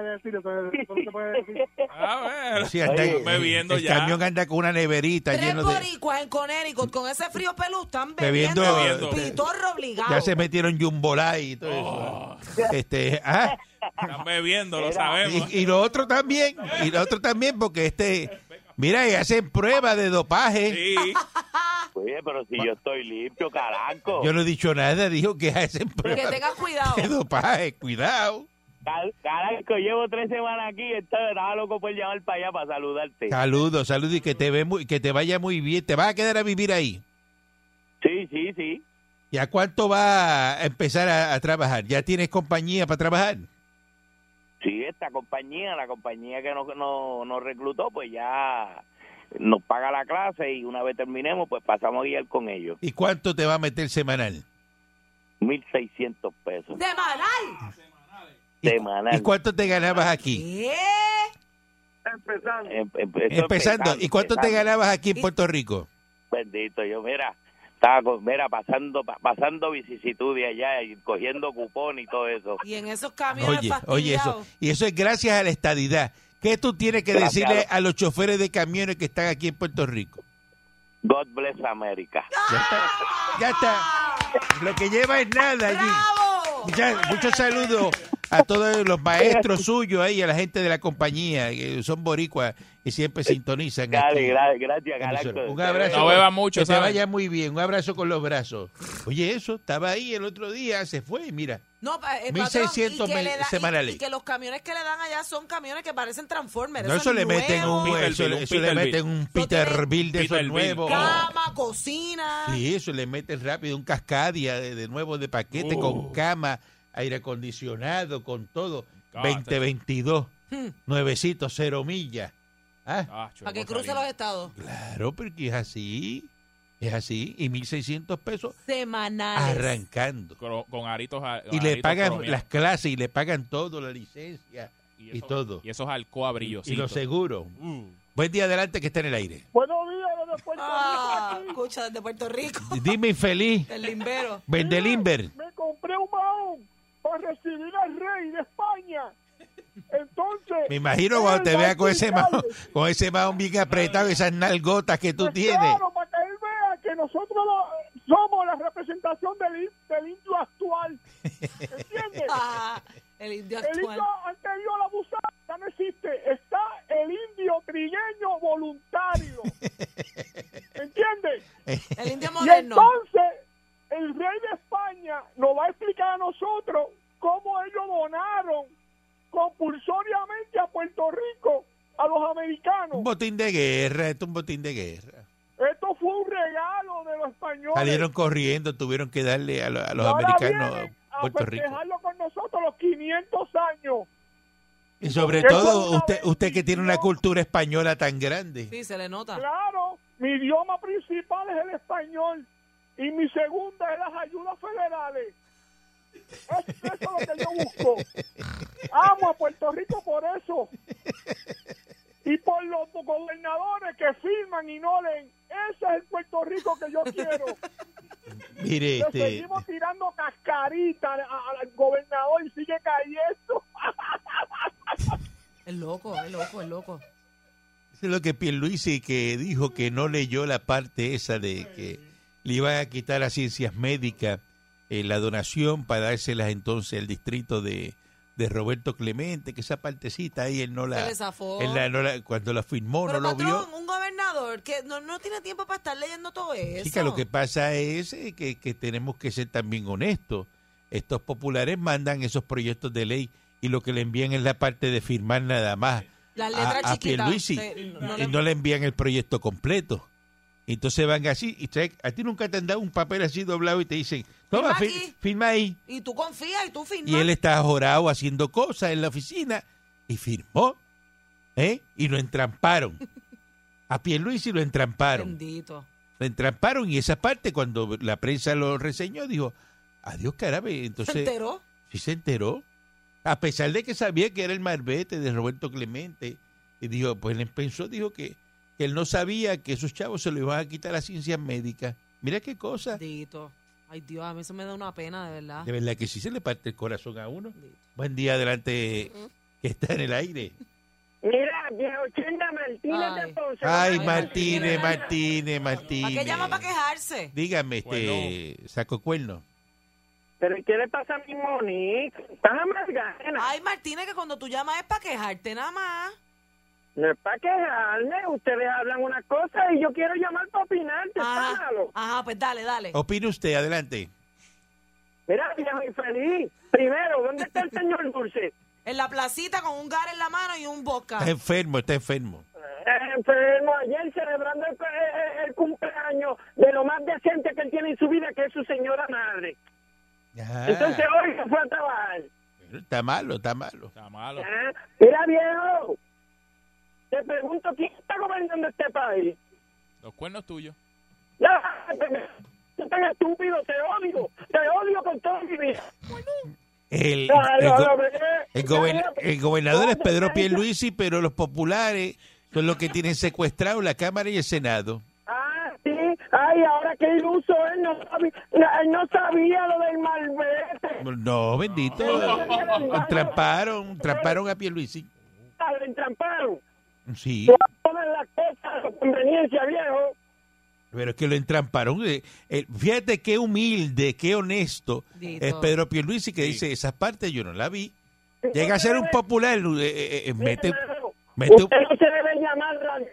Speaker 3: A ver.
Speaker 1: Sí, este anda-
Speaker 5: Oye,
Speaker 3: bebiendo
Speaker 1: el
Speaker 3: ya.
Speaker 1: camión anda con una neverita
Speaker 2: ¿Eh? Tres
Speaker 1: lleno de.
Speaker 2: boricuas en Connecticut con ese frío pelú están
Speaker 1: Bebiendo,
Speaker 2: bebiendo,
Speaker 3: bebiendo.
Speaker 2: pitorro obligado.
Speaker 1: Ya se metieron jumbolá y todo
Speaker 2: Oh.
Speaker 1: eso. Este, ah,
Speaker 3: Están bebiendo, lo sabemos.
Speaker 1: y, y lo otro también. Y lo otro también, porque este. Mira, y hacen pruebas de dopaje.
Speaker 3: Sí.
Speaker 5: Oye, pero si yo estoy limpio, Caranco.
Speaker 1: Yo no he dicho nada, dijo que hacen
Speaker 2: que
Speaker 1: pruebas
Speaker 2: tengas cuidado.
Speaker 1: de dopaje, cuidado.
Speaker 5: Car- Caranco, llevo tres semanas aquí. Estaba estaba loco por llamar para allá para saludarte.
Speaker 1: Saludos, saludos y que te ve muy, que te vaya muy bien. ¿Te vas a quedar a vivir ahí?
Speaker 5: Sí, sí, sí.
Speaker 1: ¿Y a cuánto va a empezar a, a trabajar? ¿Ya tienes compañía para trabajar?
Speaker 5: Sí, esta compañía, la compañía que nos, nos, nos reclutó, pues ya nos paga la clase y una vez terminemos, pues pasamos a guiar con ellos.
Speaker 1: ¿Y cuánto te va a meter semanal?
Speaker 5: 1.600 pesos
Speaker 2: ¡De Manal!
Speaker 1: ¿Y,
Speaker 5: semanal.
Speaker 1: ¿Y cuánto te ganabas aquí?
Speaker 2: ¿Qué?
Speaker 6: Empezando.
Speaker 5: Em- em- eso
Speaker 1: Empezando, ¿y cuánto te
Speaker 5: empezando.
Speaker 1: ganabas aquí en Puerto Rico?
Speaker 5: Bendito, yo mira, estaba con- mira, pasando pa- pasando vicisitudes allá y cogiendo cupón y todo eso.
Speaker 2: Y en esos camiones
Speaker 1: Oye, oye, eso.
Speaker 2: fastidiados.
Speaker 1: Y eso es gracias a la estadidad. ¿Qué tú tienes que
Speaker 5: Gracias.
Speaker 1: decirle a los choferes de camiones que están aquí en Puerto Rico?
Speaker 5: God bless America.
Speaker 1: Ya está. Ya está. Lo que lleva es nada allí.
Speaker 2: ¡Bravo!
Speaker 1: Muchas- muchos saludos a todos los maestros suyos ahí, a la gente de la compañía, que son boricuas y siempre sintonizan.
Speaker 5: Dale,
Speaker 1: aquí.
Speaker 5: gra- gracias,
Speaker 1: Emisora.
Speaker 5: Galanco.
Speaker 1: Un abrazo.
Speaker 3: No beba mucho,
Speaker 1: Que te
Speaker 3: ¿sabe?
Speaker 1: vaya muy bien. Un abrazo con los brazos. Oye, eso, estaba ahí el otro día, se fue, y mira.
Speaker 2: No, pa- eh,
Speaker 1: 1600
Speaker 2: patrón, y que le da- y-
Speaker 1: semanales.
Speaker 2: Y, que los camiones que le dan allá son camiones que parecen Transformers.
Speaker 1: No,
Speaker 2: esos
Speaker 1: eso le meten
Speaker 2: nuevos.
Speaker 1: un,
Speaker 3: Peterbilt,
Speaker 1: eso,
Speaker 3: un
Speaker 1: eso le
Speaker 3: Peterbilt.
Speaker 1: meten un
Speaker 2: Eso tiene-
Speaker 1: Peterbilt de esos
Speaker 3: Peterbilt.
Speaker 1: nuevos.
Speaker 2: Cama, cocina.
Speaker 1: Sí, eso le meten rápido un cascadia de, de nuevo de paquete
Speaker 3: Oh.
Speaker 1: con cama, aire acondicionado, con todo.
Speaker 3: God.
Speaker 1: 2022,
Speaker 2: Hmm.
Speaker 1: nuevecito, cero millas. Ah,
Speaker 3: Ah, chulo,
Speaker 2: Para que cruce los estados.
Speaker 1: Claro, porque es así. Es así. Y 1.600 pesos Ah,
Speaker 2: Semanales.
Speaker 1: arrancando.
Speaker 3: Cro- Con aritos. a-
Speaker 1: Y le
Speaker 3: aritos
Speaker 1: pagan
Speaker 3: cromiados.
Speaker 1: las clases y le pagan todo, la licencia y,
Speaker 3: eso-
Speaker 1: todo.
Speaker 3: Y esos alcoa
Speaker 1: Y los
Speaker 3: brillositos.
Speaker 1: seguros. Buen día adelante que está en el aire.
Speaker 6: Buenos días, desde Puerto
Speaker 2: Ah, escucha, desde Puerto Rico.
Speaker 1: Dime infeliz,
Speaker 2: El limbero.
Speaker 1: Vendelimber.
Speaker 6: Me compré un mahón para recibir al rey de España. Entonces...
Speaker 1: Me imagino cuando te vea con ese mahón, con ese mahón bien apretado, esas nalgotas que tú
Speaker 6: Pues
Speaker 1: tienes.
Speaker 6: Claro, para que él vea que nosotros lo- somos la representación del, in- del indio actual. ¿Entiendes?
Speaker 2: Ah, el indio
Speaker 6: El
Speaker 2: actual.
Speaker 6: indio anterior a abusar ya no existe. Está el indio trigueño voluntario. ¿Entiendes?
Speaker 2: El indio
Speaker 6: Y
Speaker 2: moderno.
Speaker 6: entonces el rey de España nos va a explicar a nosotros cómo ellos donaron compulsoriamente a Puerto Rico a los
Speaker 1: Un
Speaker 6: americanos.
Speaker 1: botín de guerra, esto es un botín de guerra.
Speaker 6: Esto fue un regalo de los españoles.
Speaker 1: Salieron corriendo, tuvieron que darle a, lo- a los
Speaker 6: Y ahora
Speaker 1: americanos
Speaker 6: vienen
Speaker 1: a Puerto Rico.
Speaker 6: festejarlo con nosotros los 500 años.
Speaker 1: Y sobre
Speaker 6: Eso es
Speaker 1: todo
Speaker 6: una
Speaker 1: usted, usted que tiene una
Speaker 6: bendición.
Speaker 1: cultura española tan grande.
Speaker 2: Sí, se le nota.
Speaker 6: Claro, mi idioma principal es el español y mi segunda es las ayudas federales.
Speaker 7: Eso, eso es lo que yo busco. Amo a Puerto Rico por eso. Y por los gobernadores que firman y no leen. Ese es el Puerto Rico que yo quiero.
Speaker 1: Mire,
Speaker 7: Le
Speaker 1: este,
Speaker 7: seguimos tirando cascarita a- a- al gobernador y sigue cayendo.
Speaker 2: Es loco, es loco, es loco.
Speaker 1: eso es lo que Pierluisi que dijo que no leyó la parte esa de que le iban a quitar a ciencias médicas eh, la donación para dárselas entonces al distrito de, de Roberto Clemente, que esa partecita ahí él no la,
Speaker 2: Se le zafó.
Speaker 1: él la- no la- cuando la firmó
Speaker 2: Pero
Speaker 1: no lo vio.
Speaker 2: patrón, un gobernador que no, no tiene tiempo para estar leyendo todo eso.
Speaker 1: Chica, lo que pasa es eh, que, que tenemos que ser también honestos. Estos populares mandan esos proyectos de ley y lo que le envían es la parte de firmar nada más
Speaker 2: Las
Speaker 1: a,
Speaker 2: letras
Speaker 1: a
Speaker 2: chiquitas.
Speaker 1: Pierluisi
Speaker 2: eh, no
Speaker 1: y
Speaker 2: le-
Speaker 1: no le envían el proyecto completo. Entonces van así y trae- a ti nunca te han dado un papel así doblado y te dicen, toma,
Speaker 2: Firma
Speaker 1: fi-
Speaker 2: aquí".
Speaker 1: firma ahí.
Speaker 2: Y tú confías y tú firmas.
Speaker 1: Y él está jorado haciendo cosas en la oficina y firmó. ¿eh? Y lo entramparon. A Pierluisi lo entramparon
Speaker 2: Bendito.
Speaker 1: lo entramparon y esa parte cuando la prensa lo reseñó dijo, adiós carabe,
Speaker 2: ¿Se
Speaker 1: entonces
Speaker 2: enteró?
Speaker 1: sí se enteró, a pesar de que sabía que era el marbete de Roberto Clemente, y dijo, pues él pensó, dijo que, que él no sabía que esos chavos se lo iban a quitar a ciencias médicas. Mira qué cosa.
Speaker 2: Bendito. Ay, Dios, a mí eso me da una pena, de verdad.
Speaker 1: De verdad que sí se le parte el corazón a uno. Buen día adelante que está en el aire.
Speaker 8: Mira, viejo Chenda Martínez
Speaker 2: Ay.
Speaker 8: de Ponce.
Speaker 1: Ay,
Speaker 2: Ay,
Speaker 1: Martínez, Martínez,
Speaker 2: ¿Para qué
Speaker 1: Martínez.
Speaker 2: llama para quejarse?
Speaker 1: Dígame, este, saco cuerno.
Speaker 8: Pero ¿qué le pasa a mi Monique? Estás amargada.
Speaker 2: Ay, Martínez, que cuando tú llamas es para quejarte nada más.
Speaker 8: No es para quejarme. Ustedes hablan una cosa y yo quiero llamar para opinar. ¿Qué está
Speaker 2: Ajá,
Speaker 8: malo?
Speaker 2: ajá pues dale, dale.
Speaker 1: Opine usted, adelante.
Speaker 8: Mira, viejo infeliz. Primero, ¿dónde está el señor Dulce?
Speaker 2: En la placita con un gar en la mano y un boca.
Speaker 1: Está enfermo, está enfermo.
Speaker 8: Eh, enfermo ayer celebrando el, cu- eh, eh, el cumpleaños de lo más decente que él tiene en su vida, que es su señora madre.
Speaker 1: Ah,
Speaker 8: Entonces hoy se fue a trabajar.
Speaker 1: pero está malo, está malo.
Speaker 3: Está malo.
Speaker 8: Ah, Mira, viejo. Te pregunto, ¿quién está gobernando este país?
Speaker 3: Los cuernos tuyos.
Speaker 8: No, tú tan estúpido, te odio, te odio con todo mi vida.
Speaker 1: El,
Speaker 8: No, no,
Speaker 1: el
Speaker 8: no,
Speaker 1: go-
Speaker 8: pero-
Speaker 1: el gober- el gobernador es Pedro Pierluisi, pero los populares son los que tienen secuestrado la Cámara y el Senado.
Speaker 8: Ah, sí, ay, ahora qué iluso, él no sabía, él no sabía lo del malvete.
Speaker 1: No, bendito. Tramparon, tramparon a Pierluisi. Mm.
Speaker 8: Ah, Lo entramparon.
Speaker 1: Sí,
Speaker 8: Tú todas las cosas, a conveniencia, viejo.
Speaker 1: pero es que lo entramparon. Eh, eh, Fíjate qué humilde, qué honesto
Speaker 2: Dito.
Speaker 1: es Pedro Pierluisi que dice, esas partes yo no la vi. Llega a ser un popular, eh, eh, eh,
Speaker 8: Mira,
Speaker 1: mete,
Speaker 8: hermano,
Speaker 1: mete un-
Speaker 8: Usted no se debe llamar radio.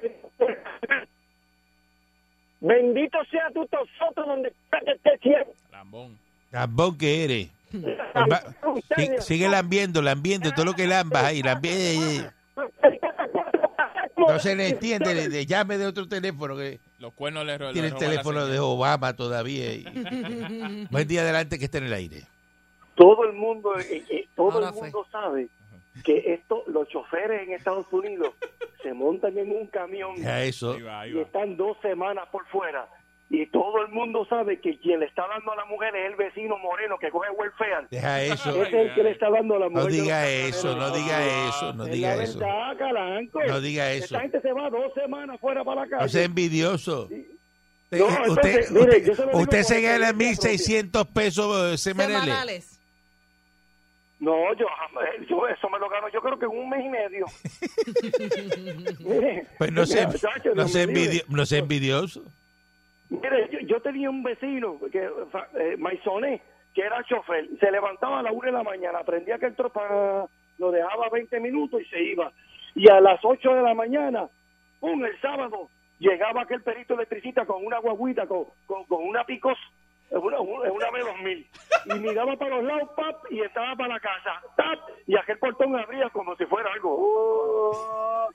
Speaker 8: Bendito sea tu tosotro donde quiera que esté siempre.
Speaker 3: Lambón.
Speaker 1: Lambón que eres. Pues va- sí- sigue lambiendo, lambiendo, todo lo que lambas ahí. lambe- No se le entiende, le, le llame de otro teléfono que
Speaker 3: Los cuernos le ro- le
Speaker 1: tiene el
Speaker 3: roban la
Speaker 1: teléfono
Speaker 3: señal.
Speaker 1: de Obama todavía. y- Buen día adelante que está en el aire.
Speaker 6: todo el mundo y- y todo
Speaker 2: Ahora
Speaker 6: el
Speaker 2: fue.
Speaker 6: mundo sabe que esto los choferes en Estados Unidos se montan en un camión
Speaker 1: A eso.
Speaker 3: Ahí va, ahí
Speaker 6: y
Speaker 3: va.
Speaker 6: están dos semanas por fuera y todo el mundo sabe que quien le está dando a la mujer es el vecino moreno que coge welfare
Speaker 1: Deja eso.
Speaker 6: ese es el que le está dando a la mujer
Speaker 1: No
Speaker 6: de los
Speaker 1: diga
Speaker 6: camioneros.
Speaker 1: eso, no
Speaker 3: Ah,
Speaker 1: diga eso, no
Speaker 6: Es
Speaker 1: diga
Speaker 6: la
Speaker 1: eso.
Speaker 6: verdad, calanco.
Speaker 1: No diga eso.
Speaker 6: Esta gente se va dos semanas fuera para la calle.
Speaker 1: No sea envidioso. Eh,
Speaker 6: No,
Speaker 1: usted,
Speaker 6: entonces, mire,
Speaker 1: usted-
Speaker 6: yo se lo digo
Speaker 1: usted
Speaker 6: por
Speaker 1: se gana
Speaker 6: experiencia
Speaker 1: 1.600 pesos eh, semanales.
Speaker 2: Semanales.
Speaker 6: No, yo, jamás- yo eso me lo gano yo creo que en un mes y medio. Mire,
Speaker 1: Pues no sea,
Speaker 6: mira, muchacho,
Speaker 1: no
Speaker 6: Dios
Speaker 1: sea
Speaker 6: me libre.
Speaker 1: envidio- no sea envidioso.
Speaker 6: Mire, yo, yo tenía un vecino, que fa- eh, Maisoné, que era chofer. Se levantaba a las 1 de la mañana, prendía que el tropa lo dejaba 20 minutos y se iba. Y a las 8 de la mañana, pum, el sábado, llegaba aquel perito electricista con una guaguita, con, con, con una picos, es una, es una B2000. Y miraba para los lados, pap, y estaba para la casa, tap, y aquel portón abría como si fuera algo. ¡Oh!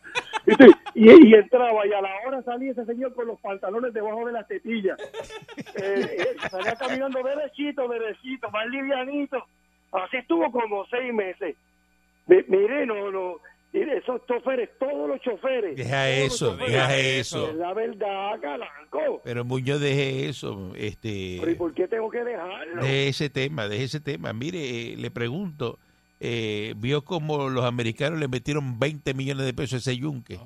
Speaker 6: Y, tú- y- y entraba, y a la hora salía ese señor con los pantalones debajo de las tetillas. Eh, eh, salía caminando derechito, derechito, más livianito. Así estuvo como seis meses. Mi- mire, no, no. Y esos choferes, todos los choferes.
Speaker 1: Deja
Speaker 6: todos los
Speaker 1: eso,
Speaker 6: choferes.
Speaker 1: deja eso.
Speaker 6: Es la verdad, Calanco.
Speaker 1: Pero Muñoz, deje eso. Este,
Speaker 6: Pero ¿y por qué tengo que dejarlo?
Speaker 1: de ese tema, de ese tema. Mire, eh, le pregunto, eh, vio como los americanos le metieron 20 millones de pesos a ese yunque.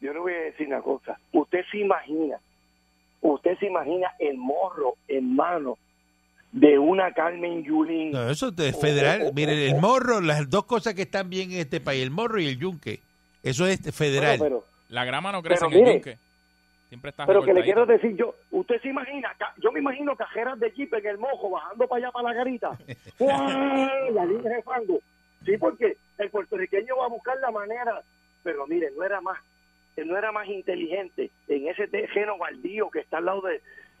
Speaker 6: Yo le voy a decir una cosa. Usted se imagina, usted se imagina el morro en mano de una Carmen Yulín.
Speaker 1: No, eso es
Speaker 6: Oh,
Speaker 1: federal. Mire, el morro, las dos cosas que están bien en este país, el morro y el yunque. Eso es federal.
Speaker 6: Bueno, pero,
Speaker 3: La grama no crece
Speaker 6: Pero
Speaker 3: en el
Speaker 6: mire,
Speaker 3: yunque. Siempre está
Speaker 6: pero que le quiero
Speaker 3: recortadita.
Speaker 6: decir yo, usted se imagina, ca- yo me imagino cajeras de jeep en el mojo bajando para allá para la garita. ¡Uah! la línea de fango. Sí, porque el puertorriqueño va a buscar la manera. Pero mire, no era más, no era más inteligente en ese tejeno baldío que está al lado de,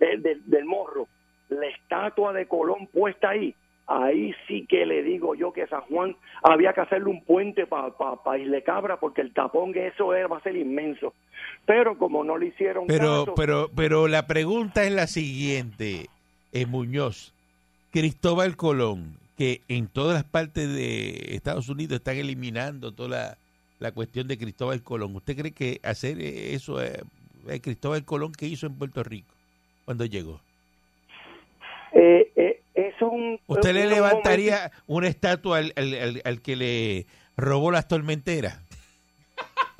Speaker 6: eh, del- del morro. La estatua de Colón puesta ahí. Ahí sí que le digo yo que San Juan había que hacerle un puente para pa, pa Isle Cabra porque el tapón que eso era va a ser inmenso. Pero como no le hicieron
Speaker 1: Pero,
Speaker 6: caso,
Speaker 1: pero, pero la pregunta es la siguiente, eh, Muñoz. Cristóbal Colón, que en todas las partes de Estados Unidos están eliminando toda la, la cuestión de Cristóbal Colón. ¿Usted cree que hacer eh, eso, eh, eh, Cristóbal Colón, que hizo en Puerto Rico cuando llegó?
Speaker 6: eh, eh, eso es un...
Speaker 1: ¿Usted
Speaker 6: es
Speaker 1: le
Speaker 6: Eh, un
Speaker 1: levantaría una estatua al, al- al- al que le robó las tormenteras?
Speaker 6: momento-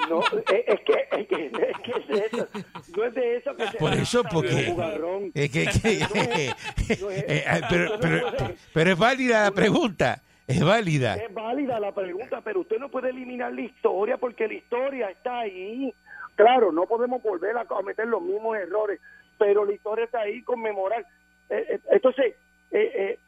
Speaker 6: no, eh, es, que, es, que, es que es de eso. No es de eso que se
Speaker 1: Por
Speaker 6: trata,
Speaker 1: eso, porque-
Speaker 6: jugarrón.
Speaker 1: Eh, que- que-
Speaker 6: no es-
Speaker 1: eh, ah, pero,
Speaker 6: no
Speaker 1: pero-
Speaker 6: puede.
Speaker 1: pero es válida la pregunta, es válida.
Speaker 6: Es válida la pregunta, pero usted no puede eliminar la historia porque la historia está ahí. Claro, no podemos volver a cometer los mismos errores, pero la historia está ahí conmemorar. Eh, eh, entonces, eh, eh,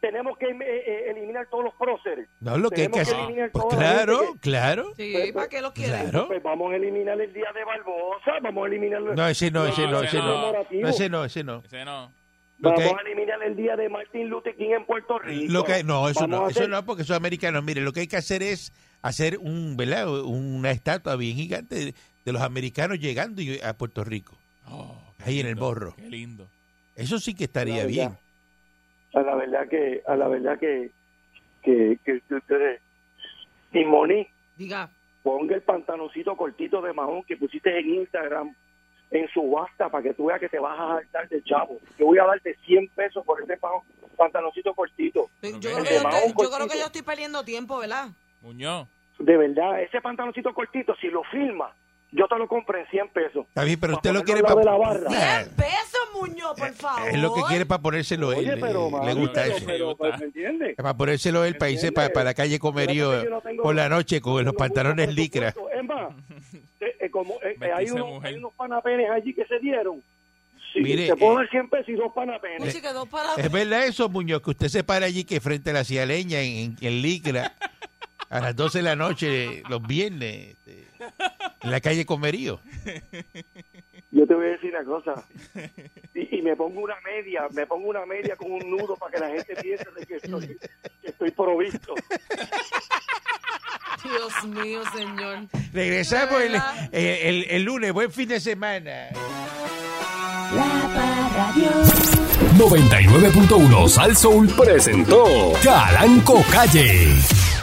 Speaker 6: tenemos que eh, eh, eliminar todos los próceres.
Speaker 1: No, lo que hay que
Speaker 6: Tenemos que
Speaker 1: hacer.
Speaker 6: eliminar
Speaker 1: Pues
Speaker 6: toda la
Speaker 1: claro,
Speaker 6: gente
Speaker 1: claro,
Speaker 2: Sí, ¿para qué lo quieren?
Speaker 1: claro.
Speaker 6: Pues vamos a eliminar el día de Barbosa, vamos a eliminar
Speaker 1: No, ese no, ese no,
Speaker 3: No,
Speaker 1: ese
Speaker 3: ese
Speaker 1: no.
Speaker 6: no.
Speaker 1: No, ese no, ese no.
Speaker 3: Ese no.
Speaker 1: Lo que
Speaker 6: vamos
Speaker 1: hay,
Speaker 6: a eliminar el día de Martin Luther King en Puerto Rico.
Speaker 1: lo que hay- no, eso
Speaker 6: Vamos
Speaker 1: no,
Speaker 6: a
Speaker 1: eso
Speaker 6: hacer-
Speaker 1: no, porque son americanos. Mire, lo que hay que hacer es hacer un, ¿verdad? Una estatua bien gigante de- de los americanos llegando y- a Puerto Rico.
Speaker 3: Oh, qué
Speaker 1: Ahí en el
Speaker 3: lindo,
Speaker 1: borro.
Speaker 3: Qué lindo.
Speaker 1: Eso sí que estaría
Speaker 6: Claro,
Speaker 1: bien.
Speaker 6: a la verdad que a la verdad que que, que, que ustedes y Moni
Speaker 2: Diga,
Speaker 6: ponga el pantaloncito cortito de mahón que pusiste en Instagram en subasta para que tú veas que te vas a saltar del chavo yo voy a darte 100 pesos por ese pa- pantaloncito cortito
Speaker 2: yo
Speaker 3: Ok.
Speaker 2: creo que yo
Speaker 6: Vamos,
Speaker 2: estoy- yo
Speaker 6: cortito.
Speaker 2: creo que yo estoy perdiendo tiempo, ¿verdad?
Speaker 3: Muñoz.
Speaker 6: de verdad ese pantaloncito cortito si lo filmas yo te lo compré en 100 pesos
Speaker 1: Está bien, pero usted lo
Speaker 6: Vamos a
Speaker 1: quiere
Speaker 6: hablar de
Speaker 1: pa-
Speaker 6: la barra.
Speaker 1: Nah,
Speaker 2: 10 pesos, Muñoz, por favor.
Speaker 1: Eh. Es lo que quiere para ponérselo él.
Speaker 6: oye
Speaker 1: eh,
Speaker 6: pero
Speaker 1: Le
Speaker 6: mano,
Speaker 1: gusta
Speaker 6: pero-
Speaker 1: eso.
Speaker 6: pero, pues,
Speaker 3: Le gusta.
Speaker 6: ¿me entiendes?
Speaker 1: Para ponérselo él, para irse para, para la calle Comerío
Speaker 6: Yo no tengo-
Speaker 1: por la noche con los
Speaker 6: Tengo
Speaker 1: pantalones
Speaker 6: mucho
Speaker 1: licra.
Speaker 6: presupuesto. Es más, eh, eh, como, eh, eh, hay,
Speaker 3: Vestirse de
Speaker 6: unos,
Speaker 3: mujer.
Speaker 6: hay unos panapenes allí que se dieron. Sí,
Speaker 1: Mire,
Speaker 6: te puedo
Speaker 1: eh,
Speaker 6: dar 100 pesos y dos panapenes.
Speaker 2: Muchi, quedó para...
Speaker 1: ¿Es verdad eso, Muñoz? Que usted se para allí que frente a la cialeña en, en- en Licra a las 12 de la noche, los viernes, este, en la calle Comerío.
Speaker 6: Yo te voy a decir una cosa. Y, y me pongo una media, me pongo una media con un nudo para que la gente piense de que estoy, que estoy provisto.
Speaker 2: Dios mío, señor.
Speaker 1: Regresamos el,
Speaker 2: ¿Verdad?
Speaker 1: el- el- el lunes. Buen fin de semana.
Speaker 4: La Parradio.
Speaker 9: 99.1 Sal Soul presentó Calanco Calle.